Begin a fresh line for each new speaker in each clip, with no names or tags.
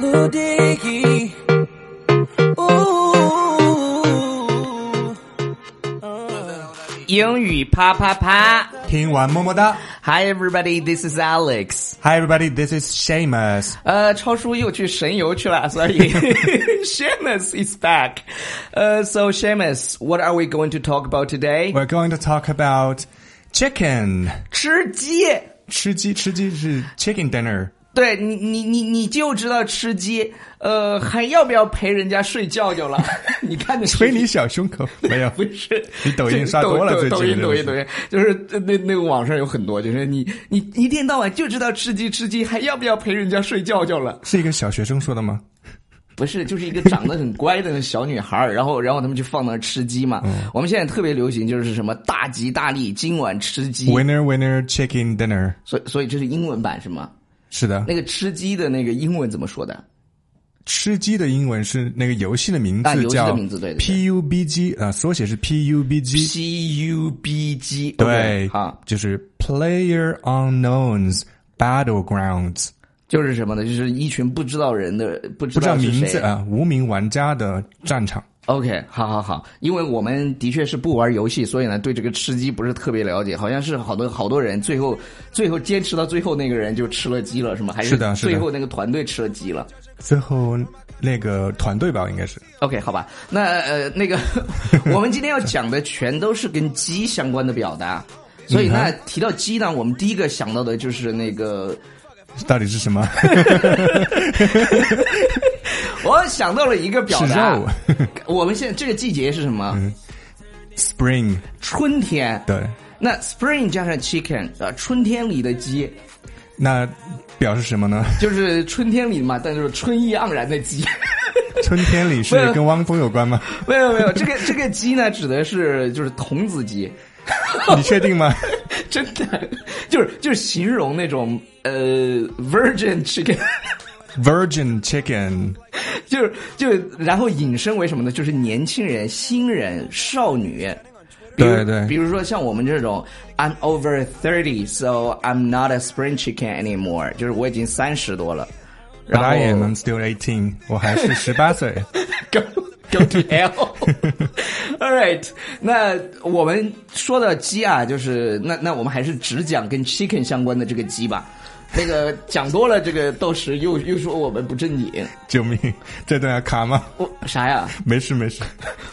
Ludigi. Ooh. Uh.
英语啪啪啪
听完么么哒
！Hi everybody, this is Alex。
，Hi everybody, this is Shamus。
呃，超叔又去神游去了， 所以 Shamus is back。呃、s o Shamus, what are we going to talk about today？
We're going to talk about chicken。
吃鸡。
吃鸡，吃鸡是 chicken dinner。
对你，你你你就知道吃鸡，呃，还要不要陪人家睡觉觉 了？你看你
推你小胸 口，没有，
不是，
你抖音刷多了
抖
最近
抖音抖音
这个事
抖音，就是呃那那个网上有很多，就是你你一天到晚就知道吃鸡吃鸡，还要不要陪人家睡觉觉了？
是一个小学生说的吗？
不是，就是一个长得很乖的小女孩儿，然 后然后他们就放那儿吃鸡嘛。
嗯
我们现在特别流行就是什么大吉大利，今晚吃鸡，
Winner, winner, chicken dinner。
所以所以这是英文版是吗？
是的
那，个吃鸡的那个英文怎么说的？
吃鸡的英文是那个游戏的名
啊游
字
戏的
叫
名字对对对
PUBG 啊，缩写是 PUBG。
P U B G，
对
啊，，
就是 Player Unknowns Battlegrounds，
就是什么呢？就是一群不知道人的，不知
不知道
是
名
谁
字啊，无名玩家的战场。
OK，好好好，因为我们的确是不玩游戏，所以呢，对这个吃鸡不是特别了解。好像是好多好多人最后最后坚持到最后，那个人就吃了鸡了，是吗？还
是的是的
最后那个团队吃了鸡了。
最后那个团队吧，应该是
OK，好吧，那呃，那 个我们今天要讲的全都是跟鸡相关的表达，所以
嗯
呢，提到鸡呢，我们第一个想到的就是那个，
到底是什么？
我想到了一个表
是
达
肉。
我们现在这个季节是什么？
Spring，
春天。
对，
那 spring 加上 chicken，呃，春天里的鸡。
那表示什么呢？
就是春天里嘛，但就是春意盎然的鸡。
春天里是
没有
跟汪峰有关 吗？
没有没有，这个这个鸡呢，指的是就是童子鸡，
你确定吗？
真的就是就是形容那种呃 virgin chicken，
Virgin Chicken，
就是就是然后引申为什么呢？就是年轻人、新人、少女。比如
对对
比如说像我们这种，I'm over thirty, so I'm not a spring chicken anymore，就是我已经三十多了，然
But
后
I am I'm still eighteen，我还是十八岁。
go go to hell。All right，那 我们说到鸡啊，就是那那我们还是只讲跟 chicken 相关的这个鸡吧。那个讲多了，这个到时又又说我们不正经，
救命！这段要卡吗？
我啥呀？
没事没事，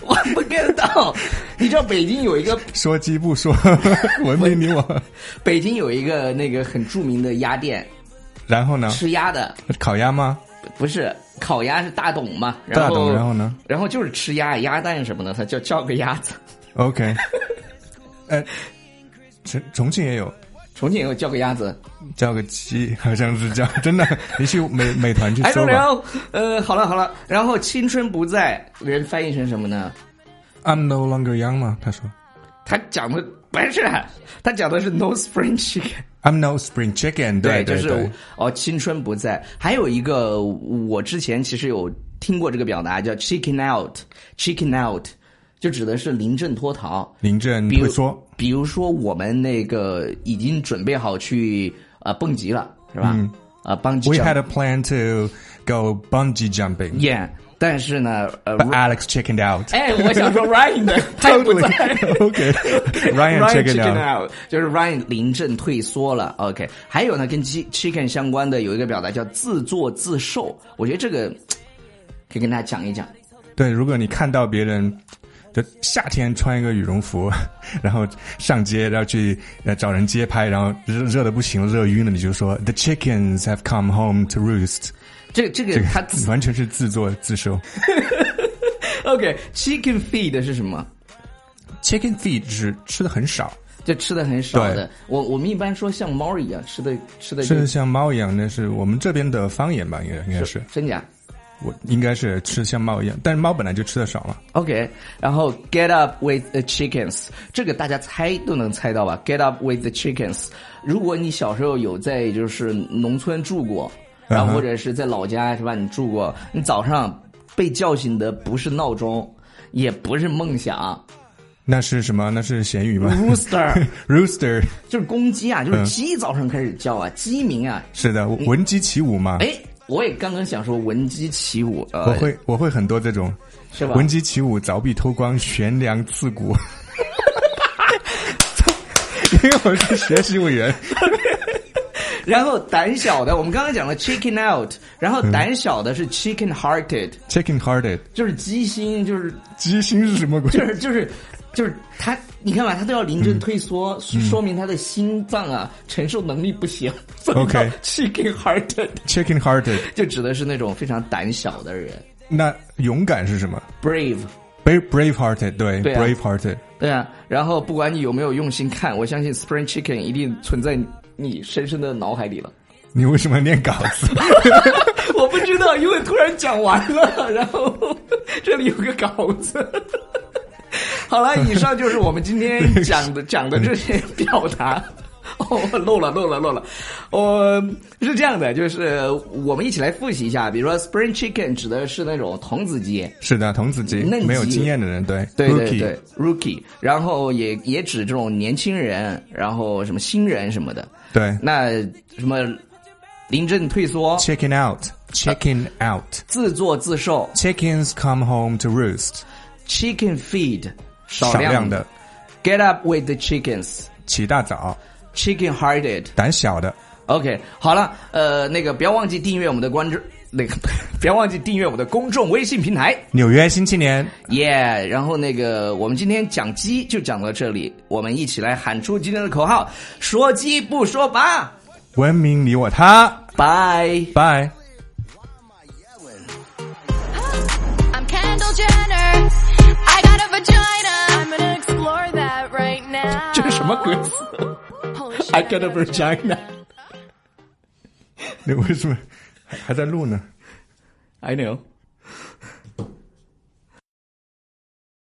我不 get 到。 你知道北京有一个
说鸡 不说，文明你我。
北京有一个那个很著名的鸭店，
然后呢？
吃鸭的
烤鸭吗？
不是烤鸭是大董嘛？
大
然后
董，然后？呢
然后就是吃鸭鸭蛋什么的，他叫叫个鸭子。
？OK，呃，重重庆也有。
重庆也有叫个鸭子，
叫个鸡，好像是叫，真的，你去美美团 去
I
搜
don't
吧。
know，呃，好了好了，然后青春不在，人翻译成什么呢？
I'm no longer young 吗？他说
他讲的不是，他讲的是 no spring chicken，
I'm no spring chicken 对。对
就是
对
哦，青春不在。还有一个，我之前其实有听过这个表达叫 chicken out，chicken out，就指的是临阵脱逃。
林正
比如
会说，
比如说我们那个已经准备好去呃蹦极了，是吧？嗯、呃，蹦极
We
，yeah，
had a plan to go bungee jumping,
但是呢，呃。
but Alex chickened out.
哎，我想说 Ryan 的，他也不在。
OK, Ryan chickened
chicken
out.
out，就是 Ryan 临阵退缩了。OK，还有呢，跟 chi- chicken 相关的有一个表达叫自作自受，我觉得这个可以跟大家讲一讲。
对，如果你看到别人。就夏天穿一个羽绒服， 然后上街，然后去呃找人街拍，然后热热的不行了，热晕了，你就说 The chickens have come home to roost，
这个这个
这个
它自
完全是自作自受。
OK，chicken、feed 是什么？
chicken feed 就是吃的很少，
就吃的很少的
对。
我我们一般说像猫一样吃的吃的
吃的像猫一样，那是我们这边的方言吧？应该应该是，
真假
我应该是吃得像猫一样，但是猫本来就吃的少嘛。
？OK，然后 get up with the chickens，这个大家猜都能猜到吧？get up with the chickens，如果你小时候有在就是农村住过，然
嗯
后
哼
或者是在老家是吧？你住过，你早上被叫醒的不是闹钟，也不是梦想
那是什么？那是咸鱼吗
，rooster
？Rooster，嗯
就是公鸡啊，就是鸡早上开始叫啊，鸡鸣啊，
是的，闻鸡起舞嘛。
哎，我也刚刚想说闻鸡起舞，呃
我会我会很多这种，
是吧？
闻鸡起舞，凿壁偷光，悬梁刺股。 因为我是学习委员，
然后胆小的，我们刚刚讲了 chicken out，然
嗯
后胆小的是 chicken hearted，、
Chicken Hearted，
就是鸡心，就是
鸡心是什么鬼？
就是就是就是他，你看吧，他都要临阵退缩，说说明他的心脏啊承受能力不行。 所以
OK
叫 chicken hearted
Chicken Hearted，
就指的是那种非常胆小的人
那勇敢是什么
，brave。
？Brave Brave Hearted，对
对啊
b r a v e Hearted，
对啊，然后不管你有没有用心看，我相信 spring chicken 一定存在你深深的脑海里了。
你为什么念稿子？
我不知道，因为突然讲完了，然后 这里有个稿子。 好了，以上就是我们今天讲的讲的这些表达。 哦，漏了漏了漏了，我、是这样的，就是我们一起来复习一下，比如说 spring chicken 指的是那种童子鸡，
是的，童子鸡，
嫩鸡
没有经验的人，对
对对
Rookie
对，rookie，然后也也指这种年轻人，然后什么新人什么的，
对
那什么临阵退缩，
，Chicken Out，Chicken Out，Chickens
自作自受
come home to roost，
，chicken feed 少
少量
量
的，
Get up with the chickens,
起大早，
chicken hearted.
胆小的，
OK，好了，呃，那个不要忘记订阅我们的关注， 那个不要忘记订阅我们的公众微信平台，
纽约新青年，
耶、然后那个我们今天讲鸡就讲到这里，我们一起来喊出今天的口号：说鸡不说吧，
文明你我他，
拜。
拜。
I'm Kendall Jenner. I got a vagina. I'm gonna explore that right now.
这是什么歌词
Holy shit.
？I got a vagina.
你为什么还还在录呢？
I know.